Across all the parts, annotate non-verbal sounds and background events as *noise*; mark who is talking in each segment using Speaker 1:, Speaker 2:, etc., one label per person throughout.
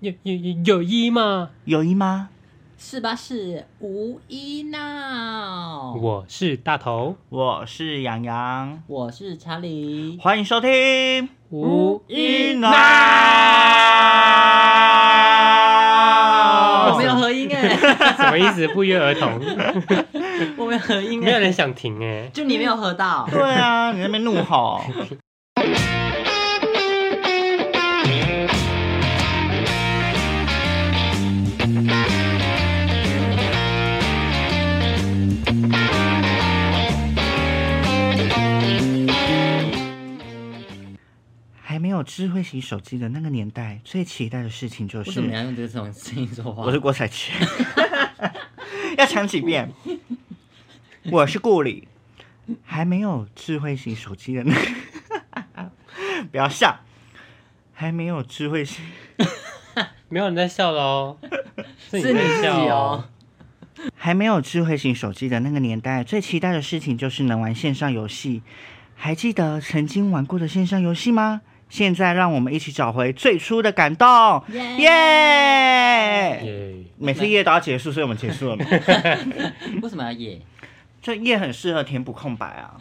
Speaker 1: 有有有有一吗？
Speaker 2: 有一吗？
Speaker 3: 是吧？是无一闹，
Speaker 1: 我是大头，
Speaker 2: 我是洋洋，
Speaker 3: 我是查理，
Speaker 2: 欢迎收听
Speaker 1: 无
Speaker 3: 一
Speaker 2: 闹。
Speaker 3: 我没有合
Speaker 1: *laughs*
Speaker 3: 音哎，
Speaker 1: 什么意思？不约而 *laughs* 同，
Speaker 3: 我没有合音
Speaker 1: 没有
Speaker 3: 哎，
Speaker 1: 人想停哎。
Speaker 3: 就你没有合到，
Speaker 2: 对啊，你在那边怒吼。还没有智慧型手机的那个年代，最期待的事情就
Speaker 3: 为什么你
Speaker 2: 是，
Speaker 3: 要用这种声音说话？
Speaker 2: 我是郭采洁， *laughs* 要讲几遍？我是顾里，还没有智慧型手机的那个，不要笑，还没有智慧型，
Speaker 1: 没有人在笑喽，是
Speaker 3: 是你
Speaker 1: 在
Speaker 3: 自己
Speaker 1: 笑
Speaker 3: 哦。，
Speaker 2: 还没有智慧型手机的那个年代，最期待的事情就是能玩线上游戏。还记得曾经玩过的线上游戏吗？现在让我们一起找回最初的感动，
Speaker 3: 耶
Speaker 2: 耶！
Speaker 1: 耶，
Speaker 2: 每次夜都要结束，所以我们结束了嘛。
Speaker 3: 为什么要耶？
Speaker 2: *laughs* 这夜很适合填补空白啊。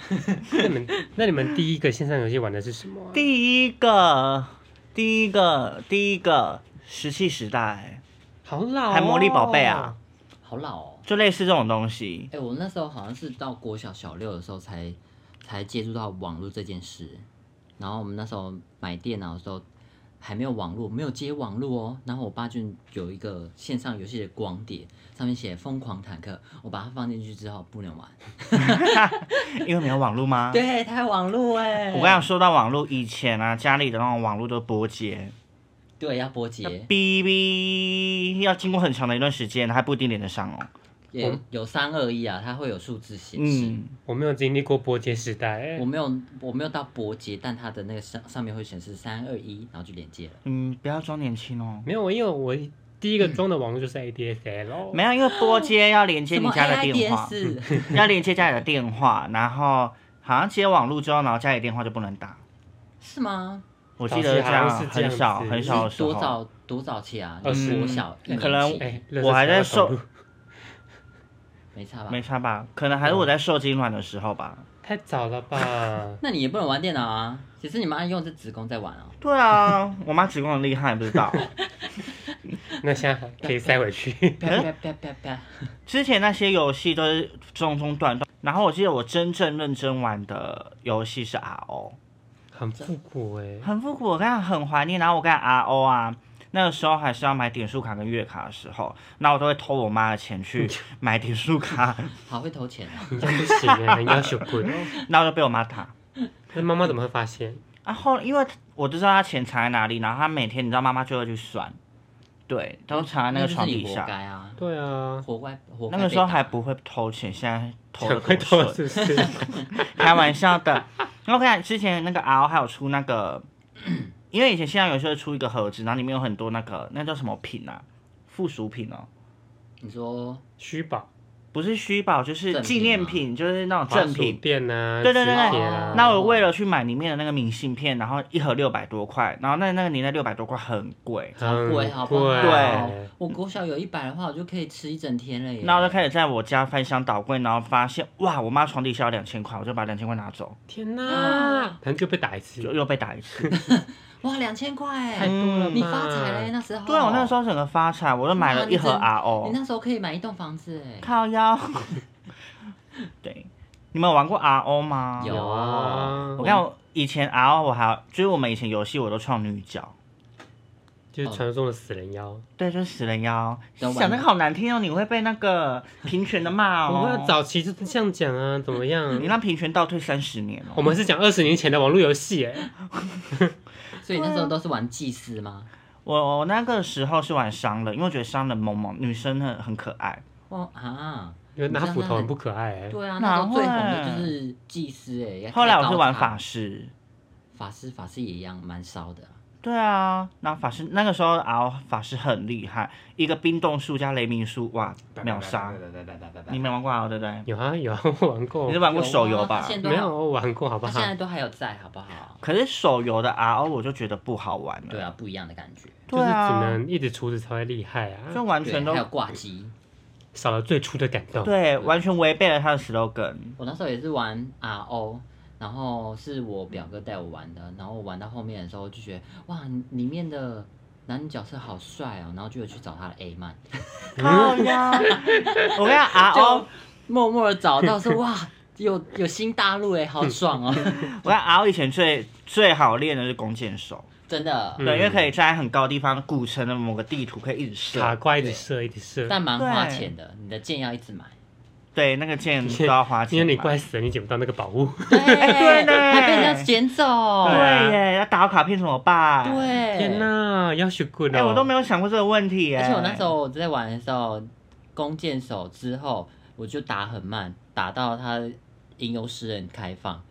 Speaker 1: 那你们那你们第一个线上游戏玩的是什么啊？
Speaker 2: 第一个，第一个，第一个石器时代，
Speaker 1: 好老哦，
Speaker 2: 还魔力宝贝啊，
Speaker 3: 好老哦。
Speaker 2: 就类似这种东西。 *laughs*
Speaker 3: 哎、我那时候好像是到国小小六的时候才才接触到网络这件事，然后我们那时候买电脑的时候还没有网络，没有接网络哦。然后我爸就有一个线上游戏的光碟，上面写《疯狂坦克》，我把它放进去之后不能玩。
Speaker 2: 啊因为没有网络吗？。
Speaker 3: 对，它有网络哎、
Speaker 2: 我刚想说到网络，以前啊，家里的那种网络都波接，
Speaker 3: 对，要波接，
Speaker 2: 哔哔，要经过很长的一段时间，还不一定连得上哦。
Speaker 3: 也有三二一啊，它会有数字显示。
Speaker 2: 嗯，
Speaker 1: 我没有经历过波接时代
Speaker 3: 我，没有，我没有到波接，但它的那个上上面会显示三二一，然后就连接了。
Speaker 2: 嗯，不要装年轻哦。
Speaker 1: 没有，我因为我第一个装的网络就是 ADSL，
Speaker 2: 没有，因为波接要连接
Speaker 3: 什
Speaker 2: 你
Speaker 3: 么
Speaker 2: 家的电话， *laughs*
Speaker 3: AIDS？
Speaker 2: 要连接家里的电话，然后好像接网络之后，然后家里电话就不能打。
Speaker 3: 是吗？
Speaker 2: 我记得这
Speaker 1: 早期好
Speaker 2: 样
Speaker 1: 像是这样
Speaker 2: 很少
Speaker 1: 子
Speaker 2: 很
Speaker 3: 你
Speaker 2: 少的
Speaker 3: 是
Speaker 2: 时
Speaker 3: 多
Speaker 2: 候，
Speaker 3: 早多早起啊？
Speaker 1: 二
Speaker 3: 你
Speaker 1: 十
Speaker 3: 国小一年级，
Speaker 2: 可能
Speaker 1: 哎，
Speaker 2: 我还在
Speaker 1: 手
Speaker 2: 受，
Speaker 3: 没差吧？？
Speaker 2: 没差吧？可能还是我在受精卵的时候吧。
Speaker 1: 太早了吧
Speaker 3: 那你也不能玩电脑啊！其实你妈用这子宫在玩啊、
Speaker 2: 对啊， *laughs* 我妈子宫很厉害，不知 *laughs* 道。
Speaker 1: 那现在可以塞回去。
Speaker 3: 啪啪啪啪啪！
Speaker 2: 之前那些游戏都是中中断断，然后我记得我真正认真玩的游戏是 RO，
Speaker 1: *laughs* 很复古哎、
Speaker 2: 很复古，我刚刚很怀念。然后我看 RO 啊，那个时候还是要买点数卡跟月卡的时候，那我都会偷我妈的钱 *laughs* 去买点数卡，
Speaker 3: 好会投钱啊！
Speaker 1: *laughs* 你这样不行哎、你要学滚。
Speaker 2: 然后就被我妈打。
Speaker 1: 那妈妈怎么会发现？
Speaker 2: 然后因为我就知道她钱藏在哪里，然后她每天你知道妈妈就会去算，对，都藏在那个
Speaker 3: 就是
Speaker 2: 床
Speaker 3: 你
Speaker 2: 底
Speaker 3: 活
Speaker 2: 下。
Speaker 3: 该啊！
Speaker 1: 对啊，
Speaker 3: 活该活
Speaker 2: 那
Speaker 3: 该被打。
Speaker 2: 个时候还不会偷钱，现在偷的
Speaker 1: 想会偷是不
Speaker 2: *laughs*
Speaker 1: 是？
Speaker 2: 开玩笑的。然后看之前那个 R 还有出那个，因为以前现在有时候出一个盒子，然后里面有很多那个那叫什么品啊，附属品哦，
Speaker 3: 你说
Speaker 1: 虚宝、
Speaker 2: 不是虚宝就是
Speaker 3: 赠品
Speaker 2: 纪念
Speaker 3: 吗
Speaker 2: 品，就是那种赠品。
Speaker 1: 店啊，
Speaker 2: 对对对
Speaker 1: 磁
Speaker 2: 对
Speaker 1: 铁啊，
Speaker 2: 那
Speaker 3: 哦
Speaker 2: 我为了去买里面的那个明信片，然后一盒六百多块，然后那那个年代六百多块很贵，
Speaker 3: 好
Speaker 1: 很
Speaker 3: 贵好不好？
Speaker 1: 贵
Speaker 2: 对，
Speaker 3: 我国小有一百的话，我就可以吃一整天了啊耶！
Speaker 2: 那我就开始在我家翻箱倒柜，然后发现哇，我妈床底下有两千块，我就把两千块拿走，
Speaker 1: 天
Speaker 2: 啊
Speaker 1: 哪，很久被打一次
Speaker 2: 就，又被打一次。
Speaker 3: 哇，两千块
Speaker 1: 太
Speaker 3: 哎！
Speaker 1: 多了吧？
Speaker 2: 嗯
Speaker 3: 你发财了耶那时候。
Speaker 2: 对，我那时候整个发财，我就买了一盒
Speaker 3: 哇
Speaker 2: RO。
Speaker 3: 你那时候可以买一栋房子哎！
Speaker 2: 靠
Speaker 3: *laughs*
Speaker 2: 腰。对，你们有玩过 RO 吗？
Speaker 3: 有
Speaker 1: 有啊
Speaker 2: 我，看我以前 RO 我还就是我们以前游戏我都创女角，
Speaker 1: 就是传说中的死人妖。
Speaker 2: 对，就是死人妖。
Speaker 3: 都玩
Speaker 2: 讲的好难听哦，你会被那个平权的骂
Speaker 1: 我
Speaker 2: 哦
Speaker 1: 们。早期就是这样讲啊，怎么样
Speaker 2: 你？让平权倒退三十年哦。
Speaker 1: 我们是讲二十年前的网络游戏哎，
Speaker 3: 所以那时候都是玩祭司吗？
Speaker 2: 我我那个时候是玩商人，因为我觉得商人萌萌，女生很很可爱。
Speaker 3: 哇啊！
Speaker 1: 因为拿斧头很不可爱哎。
Speaker 3: 对啊，
Speaker 2: 哪
Speaker 3: 那时候最红
Speaker 2: 会
Speaker 3: 的就是祭司哎、要
Speaker 2: 后来我是玩
Speaker 3: 要高塔
Speaker 2: 法师，
Speaker 3: 法师，法师也一样蛮烧的啊。
Speaker 2: 对啊，那法师那个时候啊，法师很厉害，一个冰冻术加雷鸣术，哇，秒杀！你没玩过啊，对不对？
Speaker 1: 有啊有啊，我玩过
Speaker 2: 你是，玩过手游
Speaker 3: 有啊
Speaker 2: 吧？啊
Speaker 3: 现在都
Speaker 1: 没
Speaker 3: 还
Speaker 1: 有我玩过，好不
Speaker 3: 他
Speaker 1: 好
Speaker 3: 现？在都还有在，好不好？
Speaker 2: 可是手游的 RO 我就觉得不好玩了，
Speaker 3: 对啊，不一样的感觉。
Speaker 1: 就
Speaker 2: 对
Speaker 1: 是只
Speaker 2: 啊，
Speaker 1: 能一直出的才会厉害
Speaker 2: 就
Speaker 1: 啊，
Speaker 2: 完
Speaker 3: 对
Speaker 2: 全都
Speaker 3: 还有挂机。
Speaker 1: 少了最初的感动。
Speaker 2: 对，完全违背了他的 slogan。
Speaker 1: 嗯
Speaker 3: 我那时候也是玩 RO，然后是我表哥带我玩的，然后我玩到后面的时候就觉得哇，里面的男女角色好帅哦，然后就有去找他的 A 漫，
Speaker 2: 靠呀！我跟你
Speaker 3: *laughs*
Speaker 2: 讲，RO
Speaker 3: 就默默的找到说哇，有有新大陆哎，好爽哦， *laughs*
Speaker 2: 我看 R O 以前最最好练的是弓箭手，
Speaker 3: 真的。
Speaker 1: 嗯
Speaker 2: 对，因为可以站在很高地方，古城的某个地图可以一直
Speaker 1: 卡
Speaker 2: 射，
Speaker 1: 怪一直射一直射，
Speaker 3: 但蛮花
Speaker 2: 对
Speaker 3: 钱的，你的剑要一直买。
Speaker 2: 对，那
Speaker 1: *laughs*
Speaker 2: 个箭都要花
Speaker 1: 因为
Speaker 2: 钱
Speaker 1: 你
Speaker 2: 买。
Speaker 1: 怪死了，你捡不到那个宝
Speaker 3: *laughs*
Speaker 1: 物。
Speaker 3: 对，
Speaker 2: 对呢
Speaker 3: 还被人家捡走。
Speaker 1: 啊
Speaker 2: 对耶，要打好卡片怎么办？，
Speaker 3: 对，
Speaker 1: 天哪，要学棍
Speaker 2: 哎，
Speaker 1: 哦！
Speaker 2: 我都没有想过这个问题哎耶。
Speaker 3: 而且我那时候我在玩的时候，弓箭手之后我就打很慢，打到他吟游诗人开放，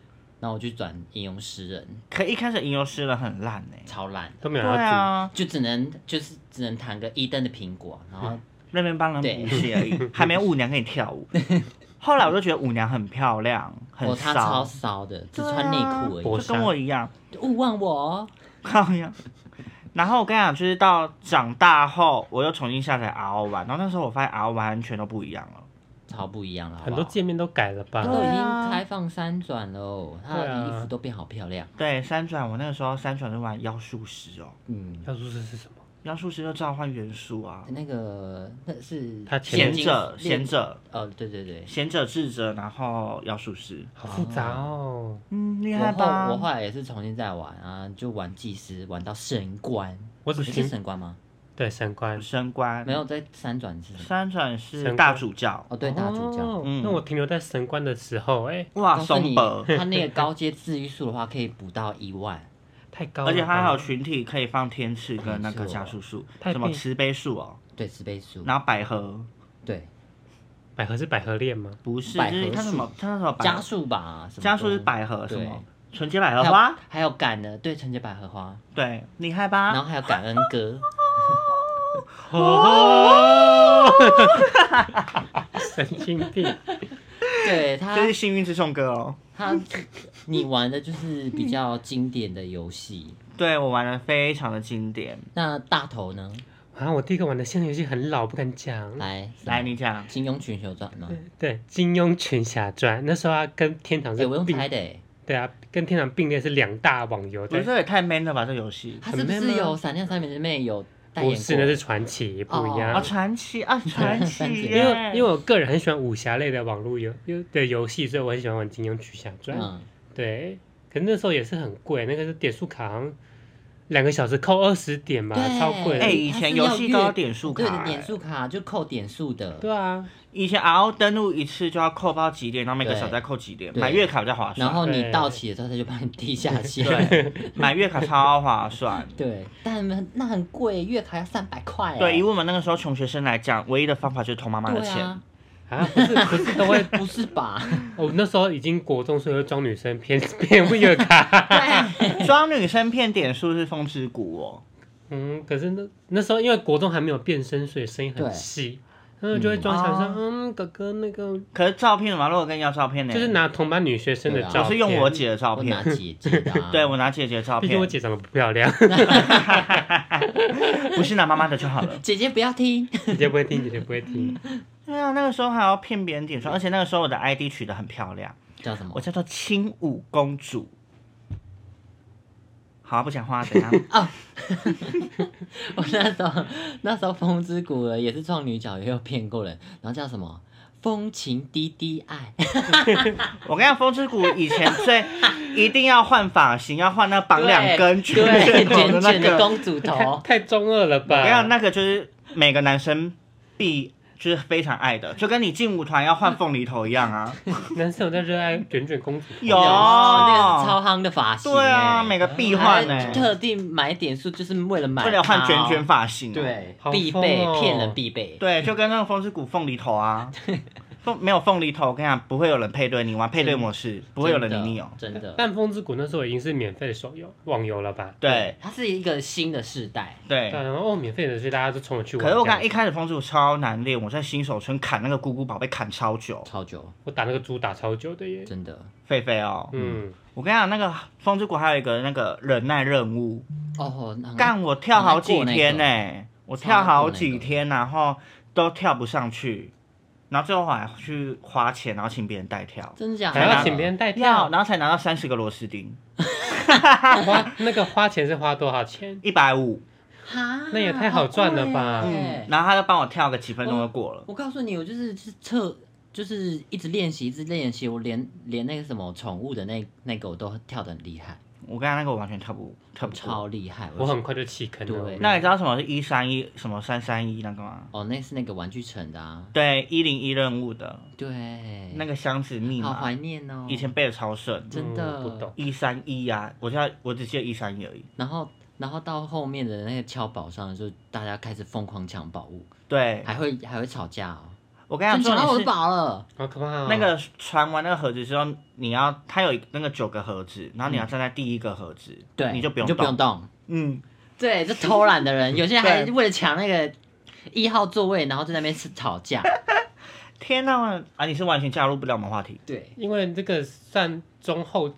Speaker 3: 然后我就转吟游诗人，
Speaker 2: 可一开始吟游诗人很烂哎，
Speaker 3: 超烂的，
Speaker 1: 都没
Speaker 2: 对
Speaker 1: 有要
Speaker 2: 啊，
Speaker 3: 就只能就是只能弹个一灯的苹果，然后
Speaker 2: 那边帮人
Speaker 3: 对
Speaker 2: 补血而已，还没舞娘给你跳舞。后来我就觉得舞娘很漂亮，很
Speaker 3: 哦他超
Speaker 2: 骚，
Speaker 3: 骚的，只穿内裤
Speaker 1: 对啊
Speaker 3: 而已
Speaker 1: 我，
Speaker 2: 就跟我一样。
Speaker 3: 勿忘我。哦
Speaker 2: 靠呀！ *laughs* 然后我跟你讲，就是到长大后，我又重新下载 RO 玩，然后那时候我发现 RO 完全都不一样了。
Speaker 3: 超不一样了，
Speaker 1: 进
Speaker 3: 好
Speaker 1: 很
Speaker 3: 不好
Speaker 1: 多界面都改了吧？
Speaker 3: 都已
Speaker 2: 对
Speaker 3: 经
Speaker 2: 啊
Speaker 3: 开放三转了哦，他
Speaker 1: 对
Speaker 3: 的
Speaker 1: 啊
Speaker 3: 衣服都变好漂亮。
Speaker 2: 对，三转我那个时候三转是玩妖术师哦，
Speaker 3: 嗯，
Speaker 1: 要素是是什么？
Speaker 2: 妖术师就召唤元素啊，
Speaker 3: 那个那是
Speaker 1: 他前
Speaker 2: 贤
Speaker 1: 面
Speaker 3: 炼金
Speaker 2: 者、
Speaker 3: 炼
Speaker 2: 贤者、
Speaker 3: 哦，对对对，
Speaker 2: 贤者智者，然后妖术师，
Speaker 1: 好复杂哦。
Speaker 2: 嗯，厉害
Speaker 3: 我后
Speaker 2: 吧？
Speaker 3: 我后来也是重新再玩啊，就玩祭司，玩到神官。
Speaker 1: 我只
Speaker 3: 你是
Speaker 1: 听
Speaker 3: 神官吗？
Speaker 1: 对神官
Speaker 2: 升官
Speaker 3: 没，有在三转是神。
Speaker 2: 三转是
Speaker 1: 神
Speaker 2: 大
Speaker 1: 官
Speaker 2: 主教，
Speaker 3: 哦，对，大主教。
Speaker 1: 哦
Speaker 2: 嗯
Speaker 1: 那我停留在神官的时候，哎，
Speaker 2: 哇，
Speaker 3: 告诉
Speaker 2: 松
Speaker 3: 你， *laughs*
Speaker 2: 柏，
Speaker 3: 他那个高阶治愈术的话，可以补到一万。
Speaker 1: 太高了吧，
Speaker 2: 而且它还有群体可以放天赐跟那个
Speaker 3: 没错
Speaker 2: 加速树，
Speaker 1: 太
Speaker 2: 什么
Speaker 1: 变
Speaker 2: 慈悲树哦，
Speaker 3: 对，慈悲术。
Speaker 2: 然后百合。
Speaker 3: 对，
Speaker 1: 百合是百合恋
Speaker 2: *laughs*
Speaker 1: 吗？
Speaker 2: 不是，
Speaker 3: 百
Speaker 2: 就是
Speaker 3: 合
Speaker 2: 它是什
Speaker 3: 树
Speaker 2: 么？它那什么百
Speaker 3: 加
Speaker 2: 合
Speaker 3: 速吧。什么
Speaker 2: 加速是
Speaker 3: 东西
Speaker 2: 百合什
Speaker 3: 对
Speaker 2: 么？纯洁百合
Speaker 3: 还有
Speaker 2: 花，
Speaker 3: 还有感恩，对，纯洁百合花，
Speaker 2: 对，厉害
Speaker 3: 然后
Speaker 2: 吧？
Speaker 3: 还有感恩
Speaker 2: *laughs*
Speaker 3: 歌， *laughs*
Speaker 1: 哦，神经病，
Speaker 3: 对他
Speaker 2: 这是幸运之颂歌哦。
Speaker 3: 他，你玩的就是比较经典的游戏。
Speaker 2: 对我玩的非常的经典，
Speaker 3: 那大头呢？
Speaker 1: 啊，我第一个玩的线上游戏很老，不敢讲。
Speaker 3: 来
Speaker 2: 来你讲，
Speaker 3: 金庸群雄传吗？
Speaker 1: 对，《金庸群侠传》那时候啊，跟天堂
Speaker 3: 哎，
Speaker 1: 是
Speaker 3: 我用
Speaker 1: 并
Speaker 3: 猜的哎。
Speaker 1: 对啊，跟天堂并列是两大网游。
Speaker 2: 我觉
Speaker 1: 对
Speaker 2: 得，这也太 man 了吧，这游
Speaker 3: *laughs*
Speaker 2: 戏
Speaker 3: 他
Speaker 1: 很
Speaker 3: 是不
Speaker 1: man
Speaker 3: 是
Speaker 1: 吗
Speaker 3: 有《闪亮三姐妹》有代
Speaker 1: 不
Speaker 3: 言过？
Speaker 1: 是那是传奇，
Speaker 3: 哦
Speaker 1: 不一
Speaker 2: 啊，
Speaker 1: 样。
Speaker 2: 传奇啊，传
Speaker 3: *laughs* 传
Speaker 2: 奇
Speaker 3: 奇
Speaker 1: 因为
Speaker 2: 耶！
Speaker 1: 因为我个人很喜欢武侠类的网络游游的游戏，所以我很喜欢玩《金庸群侠传》。
Speaker 3: 嗯，
Speaker 1: 对，可是那时候也是很贵，那个是点数卡，好像两个小时扣二十点吧，
Speaker 3: 对
Speaker 1: 超贵的。
Speaker 2: 哎以前游戏都要点数卡
Speaker 3: 对的，
Speaker 2: 哎
Speaker 3: 点数卡就扣点数的。
Speaker 1: 对啊，
Speaker 2: 以前 RO 登录一次就要扣包几点，然后每个
Speaker 3: 对
Speaker 2: 小时再扣几点，
Speaker 3: 对
Speaker 2: 买月卡比较划算。
Speaker 3: 然后你
Speaker 1: 对
Speaker 3: 到期的时候，他就帮你递下线。
Speaker 2: 对，买月卡超划算。
Speaker 3: *laughs* 对，但很那很贵，月卡要三百块。哎
Speaker 2: 对，以，我们那个时候穷学生来讲，唯一的方法就是偷妈妈的
Speaker 3: 对
Speaker 2: 钱
Speaker 3: 啊。，
Speaker 1: 啊不是 *laughs* 不是都会，
Speaker 3: 不是
Speaker 2: *laughs*
Speaker 3: 吧？
Speaker 1: 我那时候已经国中，所以会装女生 *laughs* 骗骗月卡。 *laughs*
Speaker 2: 装女生骗点数是风之谷哦。
Speaker 1: 嗯，可是那那时候因为国中还没有变声，所以声音
Speaker 3: 对
Speaker 1: 很细，然后就会装小声，
Speaker 2: 哦
Speaker 1: 嗯，哥哥那个
Speaker 2: 可是照片怎么我跟你要照片呢？
Speaker 1: 就是拿同班女学生的
Speaker 3: 对啊
Speaker 1: 照片，
Speaker 2: 我是用我姐的照
Speaker 3: 我
Speaker 2: 片
Speaker 3: 拿，姐姐的啊。
Speaker 2: *laughs* 对我拿姐姐的
Speaker 1: *laughs*
Speaker 2: 照
Speaker 1: 毕竟我
Speaker 2: 片，
Speaker 1: 姐长得不漂亮， *laughs*
Speaker 2: 不是拿妈妈的就好了。
Speaker 3: 姐姐不要听。
Speaker 1: 姐姐不会听，姐姐不会听。
Speaker 2: 对啊，那个时候还要骗别人点数，而且那个时候我的 ID 取得很漂亮，
Speaker 3: 叫什么 *laughs*
Speaker 2: 我？叫做轻舞公主。好、不讲话，等一下。
Speaker 3: 我那时候那时候风之谷了，也是创女角，也有骗过人，然后叫什么？风情滴滴爱，
Speaker 2: 我跟你讲，风之谷以前最一定要换发型，要换那绑两根卷
Speaker 3: 对，
Speaker 2: *laughs* 卷头的
Speaker 3: *laughs* 卷
Speaker 2: 那
Speaker 3: 卷的
Speaker 2: 个。
Speaker 3: 公主
Speaker 1: 太
Speaker 3: 头。
Speaker 1: 太中二了
Speaker 2: 我跟你
Speaker 1: 吧？
Speaker 2: 讲，那个就是每个男生必就是非常爱的，就跟你劲舞团要换凤梨头一样啊。
Speaker 1: *laughs* 男生有在热爱卷卷公主头，
Speaker 3: *laughs*
Speaker 2: 有
Speaker 3: 那个是超夯的发型欸。
Speaker 2: 对啊，每个必换呢、
Speaker 3: 还特地买点数就是为了买它哦，
Speaker 2: 为了换卷卷发型、，
Speaker 3: 对
Speaker 1: 好
Speaker 3: 必
Speaker 1: 疯
Speaker 3: 备
Speaker 1: 哦
Speaker 3: 骗人必备，
Speaker 2: 对，就跟那个风之谷凤梨头啊，凤没有凤梨头，我跟你讲，不会有人配对你玩配对模式，不会有人理你哦。
Speaker 3: 真的。 *laughs*
Speaker 1: 但风之谷那时候已经是免费的手游网游了吧？
Speaker 2: 对
Speaker 3: 它是一个新的世代，
Speaker 1: 对啊，
Speaker 2: 对，
Speaker 1: 然后哦，免费的，所以大家都冲着去玩。
Speaker 2: 可是我
Speaker 1: 这
Speaker 2: 看
Speaker 1: 样
Speaker 2: 一开始风之谷超难练，我在新手村砍那个姑姑宝贝砍超久，
Speaker 3: 超久，
Speaker 1: 我打那个猪打超久的耶。
Speaker 3: 真的。
Speaker 2: 狒狒哦，
Speaker 1: 嗯，
Speaker 2: 我跟你讲，那个风之谷还有一个那个忍耐任务，
Speaker 3: 哦，那
Speaker 2: 干我跳好几天
Speaker 3: 我
Speaker 2: 呢、
Speaker 3: 来
Speaker 2: 我跳好几天，然后都跳不上去，然后最后还去花钱，然后请别人代跳，
Speaker 3: 真的假的？
Speaker 1: 还要请别人代
Speaker 2: 跳，
Speaker 1: 跳，
Speaker 2: 然后才拿到三十个螺丝钉，
Speaker 1: 花那个花钱是花多少钱？
Speaker 2: 一百五，
Speaker 3: 哈，
Speaker 1: 那也太好赚了吧
Speaker 3: 好
Speaker 2: 嗯
Speaker 3: 贵耶，
Speaker 2: 然后他就帮我跳个几分钟就过了，
Speaker 3: 我告诉你，我就是就是测，就是一直练习，一直练习，我连连那个什么宠物的那那个我都跳得很厉害，
Speaker 2: 我刚才那个我完全跳不跳不过。
Speaker 3: 超厉害。
Speaker 1: 我很快就弃坑了。
Speaker 3: 对
Speaker 2: 那你知道什么是一三一什么三三一那个吗？
Speaker 3: 哦，那是那个玩具城的啊，
Speaker 2: 对，一零一任务的
Speaker 3: 对，
Speaker 2: 那个箱子密
Speaker 3: 好
Speaker 2: 码
Speaker 3: 怀，念哦，
Speaker 2: 以前背的超顺，
Speaker 3: 真的、
Speaker 1: 嗯不懂。
Speaker 2: 一三一呀，我叫我只记得一三一而已。
Speaker 3: 然后然后到后面的那个敲宝上，就大家开始疯狂抢宝物，
Speaker 2: 对，
Speaker 3: 还会还会吵架哦，
Speaker 2: 我跟你
Speaker 3: 就
Speaker 2: 讲，
Speaker 3: 抢到
Speaker 2: 重
Speaker 3: 我
Speaker 2: 点
Speaker 3: 的
Speaker 2: 是
Speaker 3: 宝了，
Speaker 1: 好可怕哦！
Speaker 2: 那个传完那个盒子之后，你要它有一那个九个盒子，然后你要站在第一个盒子，
Speaker 3: 对，
Speaker 2: 你就不
Speaker 3: 你
Speaker 2: 用
Speaker 3: 就不用
Speaker 2: 动。
Speaker 3: 动，
Speaker 2: 嗯，
Speaker 3: 对，就偷懒的人，有些人还
Speaker 2: 对
Speaker 3: 为了抢那个一号座位，然后在那边吵
Speaker 2: *laughs*
Speaker 3: 架，
Speaker 2: 天哪啊！你是完全加入不了我们话题，
Speaker 3: 对。
Speaker 1: 因为这个算中后，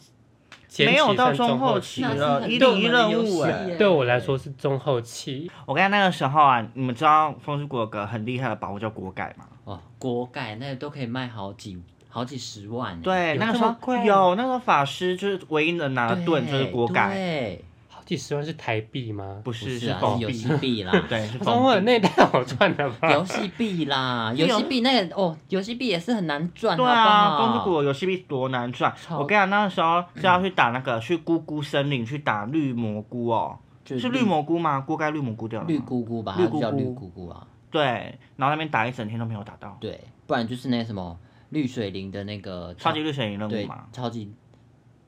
Speaker 1: 前期
Speaker 2: 没有到
Speaker 1: 算
Speaker 2: 中
Speaker 1: 中
Speaker 2: 后
Speaker 1: 期
Speaker 2: 期
Speaker 3: 那是
Speaker 2: 了，
Speaker 3: 很
Speaker 2: 一
Speaker 3: 热
Speaker 2: 零
Speaker 3: 门
Speaker 2: 一
Speaker 3: 的
Speaker 2: 任
Speaker 3: 游
Speaker 2: 务
Speaker 3: 戏
Speaker 2: 哎。
Speaker 3: 耶
Speaker 1: 对我来说是中后期，
Speaker 2: 我刚才那个时候啊，你们知道风之谷有个很厉害的宝物叫锅盖吗？
Speaker 3: 哦，锅盖那都可以卖好几好几十万耶，欸
Speaker 2: 对，
Speaker 1: 有
Speaker 2: 那个时
Speaker 1: 这么
Speaker 2: 候
Speaker 1: 贵
Speaker 2: 有那时候法师就是唯一能拿的
Speaker 3: 对
Speaker 2: 盾啊就是锅盖，
Speaker 3: 对，
Speaker 1: 好几十万是台币吗？
Speaker 2: 不
Speaker 3: 不
Speaker 2: 是
Speaker 3: 是
Speaker 2: 是
Speaker 3: 啊，
Speaker 2: 封
Speaker 3: 是游
Speaker 2: 闭
Speaker 3: 戏，币啦，
Speaker 2: *laughs* 对
Speaker 3: *laughs*
Speaker 2: 是
Speaker 1: 我中文
Speaker 2: 封闭。
Speaker 1: 那一代好赚的
Speaker 2: *laughs*
Speaker 1: 吧？
Speaker 3: 游戏币啦，
Speaker 2: 有
Speaker 3: 游戏币那个哦，游戏币也是很难赚，
Speaker 2: 对
Speaker 3: 好
Speaker 2: 啊，
Speaker 3: 不好
Speaker 2: 风之谷游戏币多难赚！
Speaker 3: 超
Speaker 2: 我跟你讲，那个时候是要去打那个去咕咕森林去打绿蘑菇哦，
Speaker 3: 就是
Speaker 2: 绿蘑菇吗？锅盖绿蘑菇掉了吗
Speaker 3: 绿姑姑吧，
Speaker 2: 绿
Speaker 3: 它就叫
Speaker 2: 姑姑
Speaker 3: 绿姑姑啊，
Speaker 2: 对，然后那边打一整天都没有打到，
Speaker 3: 对，不然就是那个什么绿水灵的那个
Speaker 2: 超级绿水银任
Speaker 3: 对
Speaker 2: 务嘛，
Speaker 3: 超级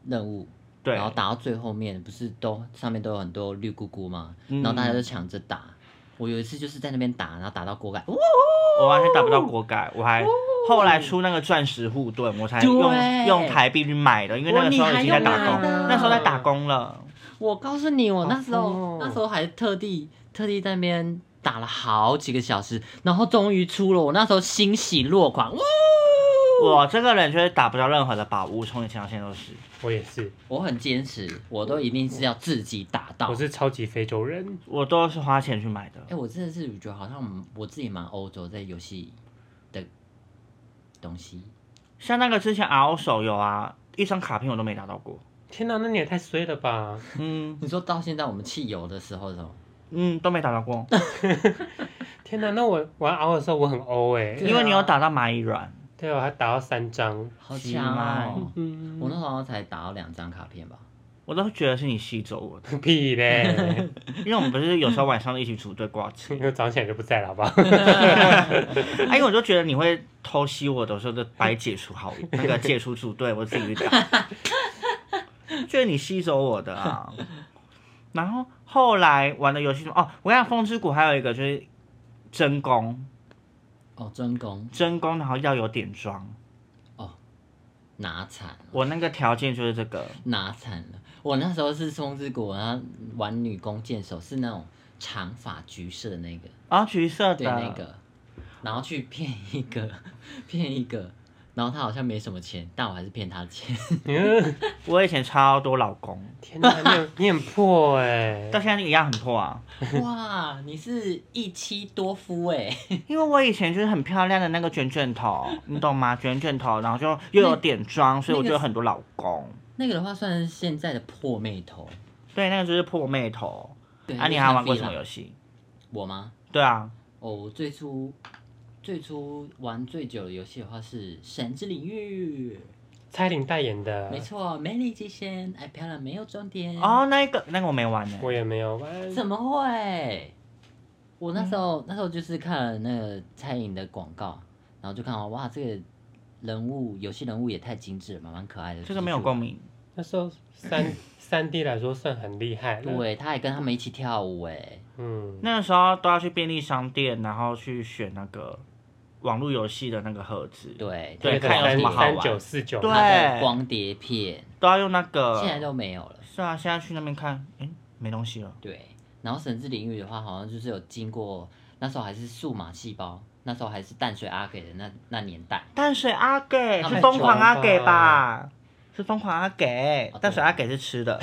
Speaker 3: 任务，
Speaker 2: 对，
Speaker 3: 然后打到最后面不是都上面都有很多绿姑姑嘛，
Speaker 2: 嗯
Speaker 3: 然后大家都抢着打。我有一次就是在那边打，然后打到锅盖，哦
Speaker 2: 我完全打不到锅盖，我还后来出那个钻石护盾，我才
Speaker 3: 对
Speaker 2: 用用台币去买的，因为那个时候已经在打
Speaker 3: 哇你还
Speaker 2: 工，
Speaker 3: 用买的
Speaker 2: 那时候在打工了，
Speaker 3: 我告诉你，我那时候、
Speaker 1: 好疯哦
Speaker 3: 那时候还特地特地在那边打了好几个小时，然后终于出了，我那时候欣喜若狂，哇！
Speaker 2: 我这个人就是打不到任何的宝物，从以前到现在都是。
Speaker 1: 我也是，
Speaker 3: 我很坚持，我都一定是要自己打到。
Speaker 1: 我是超级非洲人，
Speaker 2: 我都是花钱去买的
Speaker 3: 哎、，我真的是觉得好像我自己蛮欧洲在游戏的东西，
Speaker 2: 像那个之前 RO 手游啊，一张卡片我都没拿到过。
Speaker 1: 天哪，那你也太衰了吧！
Speaker 2: 嗯
Speaker 3: 你说到现在我们汽油的时候什么？
Speaker 2: 嗯，都没打到过，
Speaker 3: 啊
Speaker 1: 天哪，那我玩熬的时候我很欧哎、
Speaker 3: 对啊
Speaker 2: 因为你有打到蚂蚁卵，
Speaker 1: 对，啊我还打到三张，
Speaker 3: 好
Speaker 2: 是
Speaker 3: 强哦
Speaker 2: 吗！
Speaker 1: 嗯，
Speaker 3: 我那时候才打到两张卡片吧，
Speaker 2: 我都觉得是你吸走我
Speaker 1: *laughs*
Speaker 2: 的，
Speaker 1: 屁
Speaker 2: *laughs*
Speaker 1: 嘞，
Speaker 2: 因为我们不是有时候晚上一起组队挂机，
Speaker 3: *laughs*
Speaker 1: 因为早上起来就不在了，好不好？
Speaker 2: *laughs* 哎，因为我就觉得你会偷袭我的时候，就白解除好那个解除组队，我自己去打，觉得你吸走我的啊。然后后来玩的游戏什么哦，我看《风之谷》还有一个就是真功，
Speaker 3: 哦，真功
Speaker 2: 真功，然后要有点装。
Speaker 3: 拿惨了。
Speaker 2: 我那个条件就是这个，
Speaker 3: 拿惨了！我那时候是风之谷，然后玩女弓箭手，是那种长发橘色的那个，
Speaker 2: 啊，橘色
Speaker 3: 对
Speaker 2: 的，
Speaker 3: 那个，然后去骗一个， *laughs* 骗一个，然后他好像没什么钱，但我还是骗他
Speaker 2: *laughs*
Speaker 3: 钱。
Speaker 1: 嗯，
Speaker 2: 我以前超多老公，
Speaker 1: 天哪，你很你很破哎、
Speaker 2: 到现在一样很破啊。
Speaker 3: 哇，你是一妻多夫哎、
Speaker 2: 因为我以前就是很漂亮的那个卷卷头，你懂吗？卷卷头，然后就又有点妆，所以我就有很多老公。
Speaker 3: 那个的话算是现在的破妹头。
Speaker 2: 对，那个就是破妹头。
Speaker 3: 对，
Speaker 2: 啊，你还玩过什么游
Speaker 3: 戏？
Speaker 2: 戏？
Speaker 3: 我吗？
Speaker 2: 对啊，
Speaker 3: 哦，我最初最初玩最久的游戏的话是《神之领域》，
Speaker 1: 蔡琳代言的
Speaker 3: 没，错，美丽极限，爱漂亮没有终点。
Speaker 2: 哦，那个那个我没玩呢。
Speaker 1: 我也没有哎玩，
Speaker 3: 怎么会？我那
Speaker 2: 嗯
Speaker 3: 时候、那时候就是看了那个蔡颖的广告，然后就看到哇，这个人物游戏人物也太精致了吧，蛮可爱的。
Speaker 2: 这个没有共。鸣。
Speaker 1: 那时候
Speaker 2: *laughs*
Speaker 1: 三三 D 来说算很厉害了，
Speaker 3: 对，他还跟他们一起跳舞哎，
Speaker 1: 嗯，
Speaker 2: 那个时候都要去便利商店，然后去选那个网络游戏的那个盒子，
Speaker 3: 对
Speaker 2: 对
Speaker 1: 那个
Speaker 2: 看有什
Speaker 1: 三
Speaker 2: 么好玩
Speaker 1: 三九四九，
Speaker 2: 对啊
Speaker 3: 它的光碟片，
Speaker 2: 都要用那个。
Speaker 3: 现在都没有了。
Speaker 2: 是啊，现在去那边看，哎，没东西了。
Speaker 3: 对，然后神之领域的话，好像就是有经过那时候还是数码细胞，那时候还是淡水阿给的那那年代，
Speaker 2: 淡水阿给
Speaker 3: 他
Speaker 2: 是
Speaker 3: 们
Speaker 2: 疯狂阿给
Speaker 1: 装
Speaker 2: 吧
Speaker 1: 吧？
Speaker 2: 是疯狂阿给
Speaker 3: 哦，
Speaker 2: 淡水
Speaker 3: 对
Speaker 2: 阿给是吃的，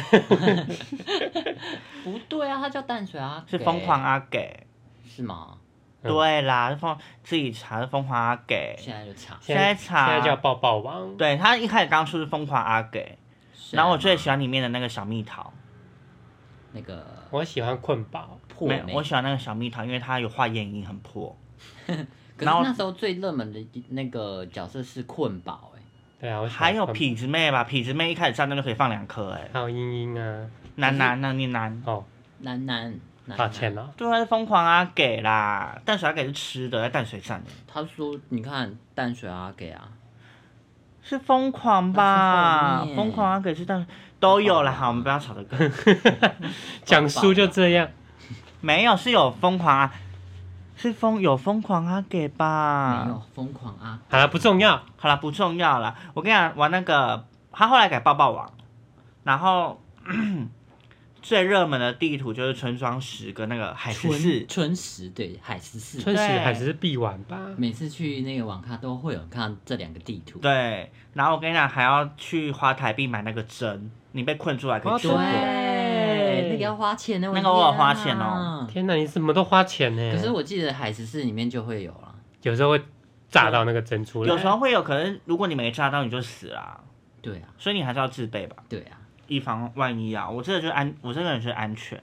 Speaker 3: 不对啊，它叫淡水阿
Speaker 2: 嗯是
Speaker 3: 给
Speaker 2: 疯狂阿给。
Speaker 3: 是吗？
Speaker 1: 嗯
Speaker 2: 对啦，是疯自己查是疯狂阿给。
Speaker 3: 现在就查，
Speaker 1: 现
Speaker 2: 现在
Speaker 1: 在
Speaker 2: 查
Speaker 1: 现在叫抱抱王，
Speaker 2: 对他一开始刚出是疯狂阿给，
Speaker 3: 是啊
Speaker 2: 然后我最喜欢里面的那个小蜜桃，
Speaker 3: 那个
Speaker 1: 我喜欢困宝，
Speaker 3: 破
Speaker 2: 没有
Speaker 3: 妹，
Speaker 2: 我喜欢那个小蜜桃，因为它有画眼影，很破。
Speaker 3: 可是
Speaker 2: 然后
Speaker 3: 那时候最热门的那个角色是困宝、欸，
Speaker 1: 对啊，我喜欢
Speaker 2: 还有
Speaker 1: 困宝
Speaker 2: 痞子妹吧，痞子妹一开始站那就可以放两颗，哎，
Speaker 1: 还有英英啊，
Speaker 2: 男男那你男。
Speaker 1: 哦，
Speaker 3: 男男男
Speaker 1: 抱歉
Speaker 3: 了。
Speaker 1: 了，
Speaker 2: 对啊，是疯狂阿给啦，淡水阿给是吃的，在淡水站的，
Speaker 3: 他说：“你看淡水阿给啊，
Speaker 2: 是疯狂吧
Speaker 3: 那啊是后？面
Speaker 2: 疯狂阿给是淡水都有啦。
Speaker 3: 疯狂
Speaker 2: 好，我们不要吵这个， *laughs*
Speaker 1: 讲述就这样，
Speaker 2: 没有是有疯狂啊，是疯有疯狂阿给
Speaker 3: 没有
Speaker 2: 吧？
Speaker 3: 疯狂啊
Speaker 1: 好
Speaker 3: 阿
Speaker 1: 了，不重要，
Speaker 2: 好啦，不重要啦。我跟你讲，玩那个他后来改抱抱网，然后 *coughs* 最热门的地图就是村庄十跟那个海十四
Speaker 3: 春，春石对海十四，
Speaker 1: 春
Speaker 2: 对
Speaker 1: 雪还是必玩吧，
Speaker 3: 每次去那个网咖都会有人看这两个地图。
Speaker 2: 对，然后我跟你讲还要去花台币买那个针，你被困出来可以
Speaker 1: 哦
Speaker 2: 吃
Speaker 3: 对
Speaker 2: 过。
Speaker 1: 对
Speaker 3: 哎那个要花钱的，
Speaker 2: 那个我有花钱哦
Speaker 1: 天哪，你怎么都花钱呢？
Speaker 3: 啊可是我记得海十四里面就会有啊了，
Speaker 1: 有时候会炸到那个珍珠，
Speaker 2: 有时候会有可能，如果你没炸到你就死啦、
Speaker 3: 对啊，
Speaker 2: 所以你还是要自备吧，
Speaker 3: 对啊，
Speaker 2: 以防万一啊。我这个就安，我这个人是安
Speaker 3: *laughs*
Speaker 2: 全，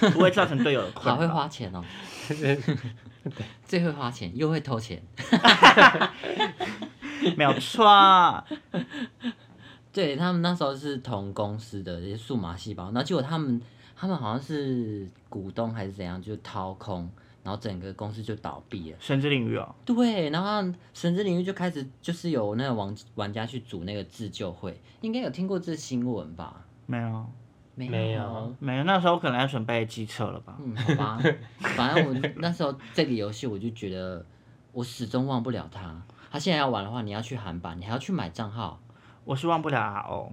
Speaker 2: 不会造成队友的
Speaker 3: 好
Speaker 2: 困
Speaker 3: 会
Speaker 2: 扰。
Speaker 3: 花
Speaker 2: *laughs*
Speaker 3: 钱哦，最会花钱，又会偷钱。
Speaker 2: 没有错，
Speaker 3: 对他们那时候是同公司的这些数码细胞，然后结果他们他们好像是股东还是怎样，就掏空，然后整个公司就倒闭了。
Speaker 2: 神之领域哦，
Speaker 3: 对，然后他们神之领域就开始就是有那个玩玩家去组那个自救会，应该有听过这新闻吧？
Speaker 2: 没有
Speaker 3: 没哦
Speaker 1: 没有啊
Speaker 2: 没有，那时候可能要准备机车了吧？
Speaker 3: 嗯，好吧，反正我那时候这个游戏我就觉得我始终忘不了它。它现在要玩的话，你要去韩版，你还要去买账号，
Speaker 2: 我是忘不了啊哦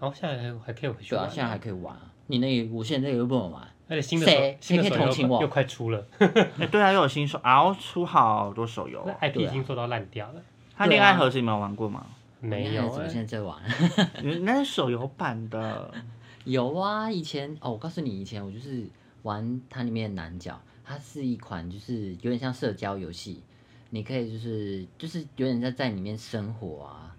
Speaker 2: RO，
Speaker 1: 好，下来还还可以回去
Speaker 3: 对啊
Speaker 1: 玩，，
Speaker 3: 现在还可以玩啊。你那个我现在这个又不能玩，
Speaker 1: 而且新的
Speaker 3: 谁
Speaker 1: 手新的
Speaker 3: 谁可以
Speaker 1: 手
Speaker 3: 同情
Speaker 1: 游
Speaker 3: 我
Speaker 1: 又快出了，
Speaker 2: 哎，对啊，又有新手 RO 出好多手游
Speaker 1: 那
Speaker 2: 哦。
Speaker 1: IP
Speaker 3: 对
Speaker 1: 已
Speaker 3: 啊
Speaker 1: 经做到烂掉了，
Speaker 2: 他恋爱盒子你没有玩过吗？
Speaker 1: 没
Speaker 3: 我
Speaker 1: 有
Speaker 3: 现在我
Speaker 1: 欸，
Speaker 3: 现在在玩。
Speaker 2: 你那是手游版的，
Speaker 3: 有啊，以前哦，我告诉你，以前我就是玩它里面的男角，它是一款就是有点像社交游戏，你可以就是就是有点在在里面生活啊，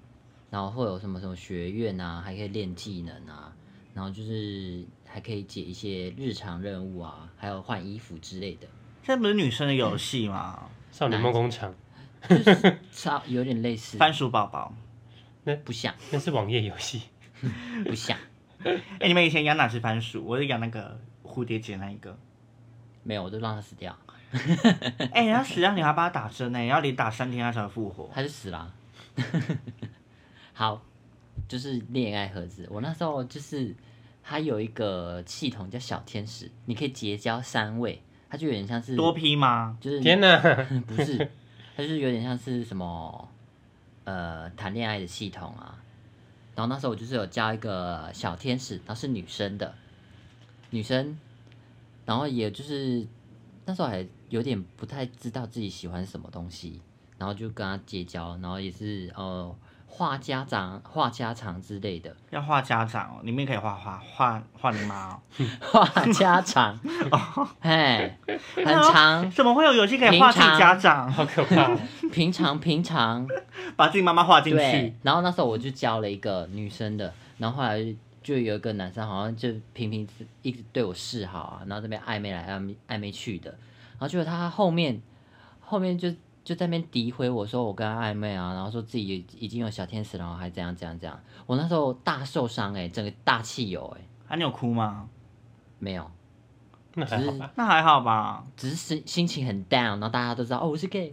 Speaker 3: 然后会有什么什么学院啊，还可以练技能啊，然后就是还可以解一些日常任务啊，还有换衣服之类的，
Speaker 2: 这不是女生的游戏吗？
Speaker 1: 少女梦工厂
Speaker 3: 就是差有点类似，
Speaker 2: 番薯宝宝，
Speaker 3: 不像
Speaker 1: 那是网页游戏，
Speaker 3: 不像，
Speaker 2: 哎，你们以前养哪只番薯？我是养那个蝴蝶结那一个。
Speaker 3: 没有，我就让它死掉，
Speaker 2: 哎、人家死掉你还帮他打针呢、要连打三天他才会复活。
Speaker 3: 他就死了 *laughs* 啊。好，就是恋爱盒子。我那时候就是它有一个系统叫小天使，你可以结交三位，它就有点像是
Speaker 2: 多批吗？
Speaker 3: 就是
Speaker 1: 天哪，
Speaker 3: 嗯不是，它就是有点像是什么呃谈恋爱的系统啊。然后那时候我就是有交一个小天使，然后是女生的，女生，然后也就是那时候还有点不太知道自己喜欢什么东西，然后就跟她结交，然后也是呃话家常话家常之类的 *laughs*
Speaker 2: 要画家长哦，里面可以画画画画你妈哦。
Speaker 3: 话家常，哎，很长，
Speaker 2: 怎么会有游戏可以画自己家长？
Speaker 1: 好可怕
Speaker 3: *laughs*
Speaker 1: 哦，
Speaker 3: 平常平常。
Speaker 2: 把自己妈妈画进
Speaker 3: 对
Speaker 2: 去，，
Speaker 3: 然后那时候我就交了一个女生的，然后后来就有一个男生好像就频频一直对我示好啊，然后这边暧昧来暧昧暧昧去的，然后结果他后面后面就就在那边诋毁我说我跟他暧昧啊，然后说自己已经有小天使了，然后还怎样怎样怎样，我那时候大受伤哎、整个大气油哎、
Speaker 2: 啊，你有哭吗？
Speaker 3: 没有，
Speaker 1: 那还好
Speaker 2: *laughs*
Speaker 1: 吧，
Speaker 2: 那还好吧，
Speaker 3: 只是心心情很 down，然后大家都知道哦我是 gay，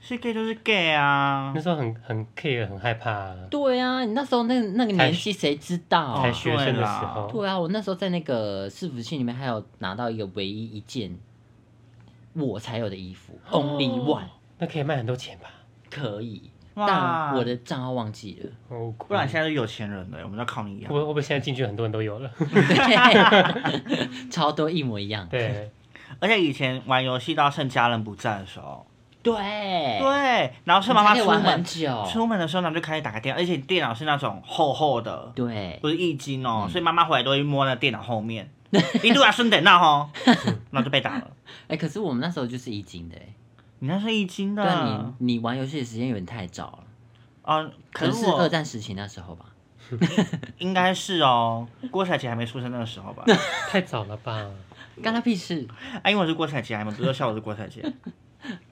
Speaker 2: 是 gay 就是 gay 啊
Speaker 1: 那。时候很很 care 很害怕啊，
Speaker 3: 对啊，你那时候那那个年纪谁知道啊、
Speaker 1: 才学生
Speaker 2: 对
Speaker 1: 的
Speaker 2: 啦
Speaker 1: 时候，
Speaker 3: 对啊，我那时候在那个伺服器里面还有拿到一个唯一一件我才有的衣服，only
Speaker 2: 哦
Speaker 3: one
Speaker 1: 那可以卖很多钱吧？
Speaker 3: 可以，
Speaker 2: 哇
Speaker 3: 但我的账号忘记
Speaker 2: *laughs*
Speaker 3: 了。
Speaker 1: 哦，
Speaker 2: 不然现在是啊有钱人了，我们要靠你养
Speaker 1: 会。不会会不会现在进去很多人都
Speaker 2: *laughs*
Speaker 1: 有了？
Speaker 3: 对啊，超多一模一样。
Speaker 1: 对，
Speaker 2: 而且以前玩游戏到剩家人不在的时候，
Speaker 3: 对，
Speaker 2: 对，然后
Speaker 3: 你
Speaker 2: 趁妈妈
Speaker 3: 才可以
Speaker 2: 出
Speaker 3: 玩很
Speaker 2: 门，
Speaker 3: 久。
Speaker 2: 出门的时候呢就开始打开电脑，而且电脑是那种厚厚的，
Speaker 3: 对，嗯
Speaker 2: 不是易经哦，所以妈妈回来都会摸那电脑后
Speaker 3: *laughs*
Speaker 2: 面，一度要顺等那吼，那就被打了。
Speaker 3: 哎，可是我们那时候就是一斤的哎，
Speaker 2: 你那是易经的，
Speaker 3: 但你你玩游戏的时间有点太早了，
Speaker 2: 啊，可
Speaker 3: 可能
Speaker 2: 是
Speaker 3: 是
Speaker 2: 我嗯
Speaker 3: 二战时期那时候吧。
Speaker 2: 应该是哦，郭采洁还没出生那个时候吧？
Speaker 1: 太早了吧？
Speaker 3: 干他屁事！
Speaker 2: *laughs* 啊，因为我是郭采洁，还没不是笑我是郭采洁。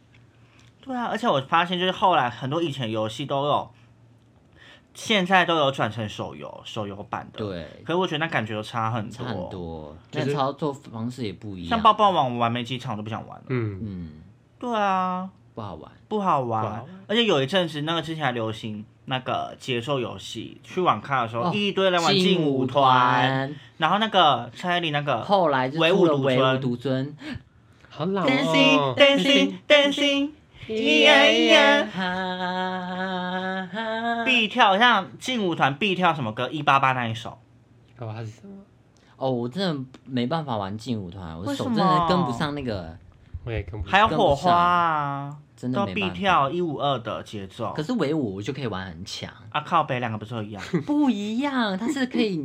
Speaker 2: *laughs* 对啊，而且我发现就是后来很多以前游戏都有，现在都有转成手游手游版的。。
Speaker 3: 对，
Speaker 2: 可是我觉得那感觉都差很多。
Speaker 3: 差很。多，
Speaker 1: 就
Speaker 3: 那
Speaker 1: 是
Speaker 3: 操作方式也不一样。
Speaker 2: 像抱抱网，我玩没几场我都不想玩了。
Speaker 1: 嗯，
Speaker 3: 嗯，
Speaker 2: 对啊，
Speaker 3: 不好玩。
Speaker 2: 不好
Speaker 1: 不好
Speaker 3: 啊
Speaker 2: 玩。而且有一阵子那个之前还流行那个节奏游戏，去网咖的时候、
Speaker 3: 哦
Speaker 2: 一堆人玩劲
Speaker 3: 劲
Speaker 2: 舞
Speaker 3: 舞
Speaker 2: 团，
Speaker 3: 团，
Speaker 2: 然后那个蔡依林那个
Speaker 3: 后来就
Speaker 2: 唯
Speaker 3: 出
Speaker 2: 舞
Speaker 3: 了
Speaker 2: 独
Speaker 3: 唯
Speaker 2: 尊
Speaker 3: 舞独尊，
Speaker 1: 好老
Speaker 2: Dancing
Speaker 1: 哦。
Speaker 2: Dancing Dancing，咿呀咿呀，
Speaker 3: 哈哈哈
Speaker 2: 必跳像劲舞团必跳什么歌？一八八那一首，
Speaker 1: 搞不好是什么？
Speaker 3: 哦，我真的没办法玩劲舞团，我
Speaker 2: 为
Speaker 3: 手
Speaker 2: 什
Speaker 3: 真的跟不
Speaker 2: 么
Speaker 3: 上那个，
Speaker 1: 我也跟不
Speaker 2: 还
Speaker 1: 上。
Speaker 2: 有火花啊，
Speaker 3: 真的
Speaker 2: 都
Speaker 3: 没
Speaker 2: 必
Speaker 3: 办法。
Speaker 2: 跳一五二的节奏
Speaker 3: 可。是唯舞我就可以玩很强， *laughs*
Speaker 2: 啊靠北两个不是都一样？
Speaker 3: 不一样，它是可以，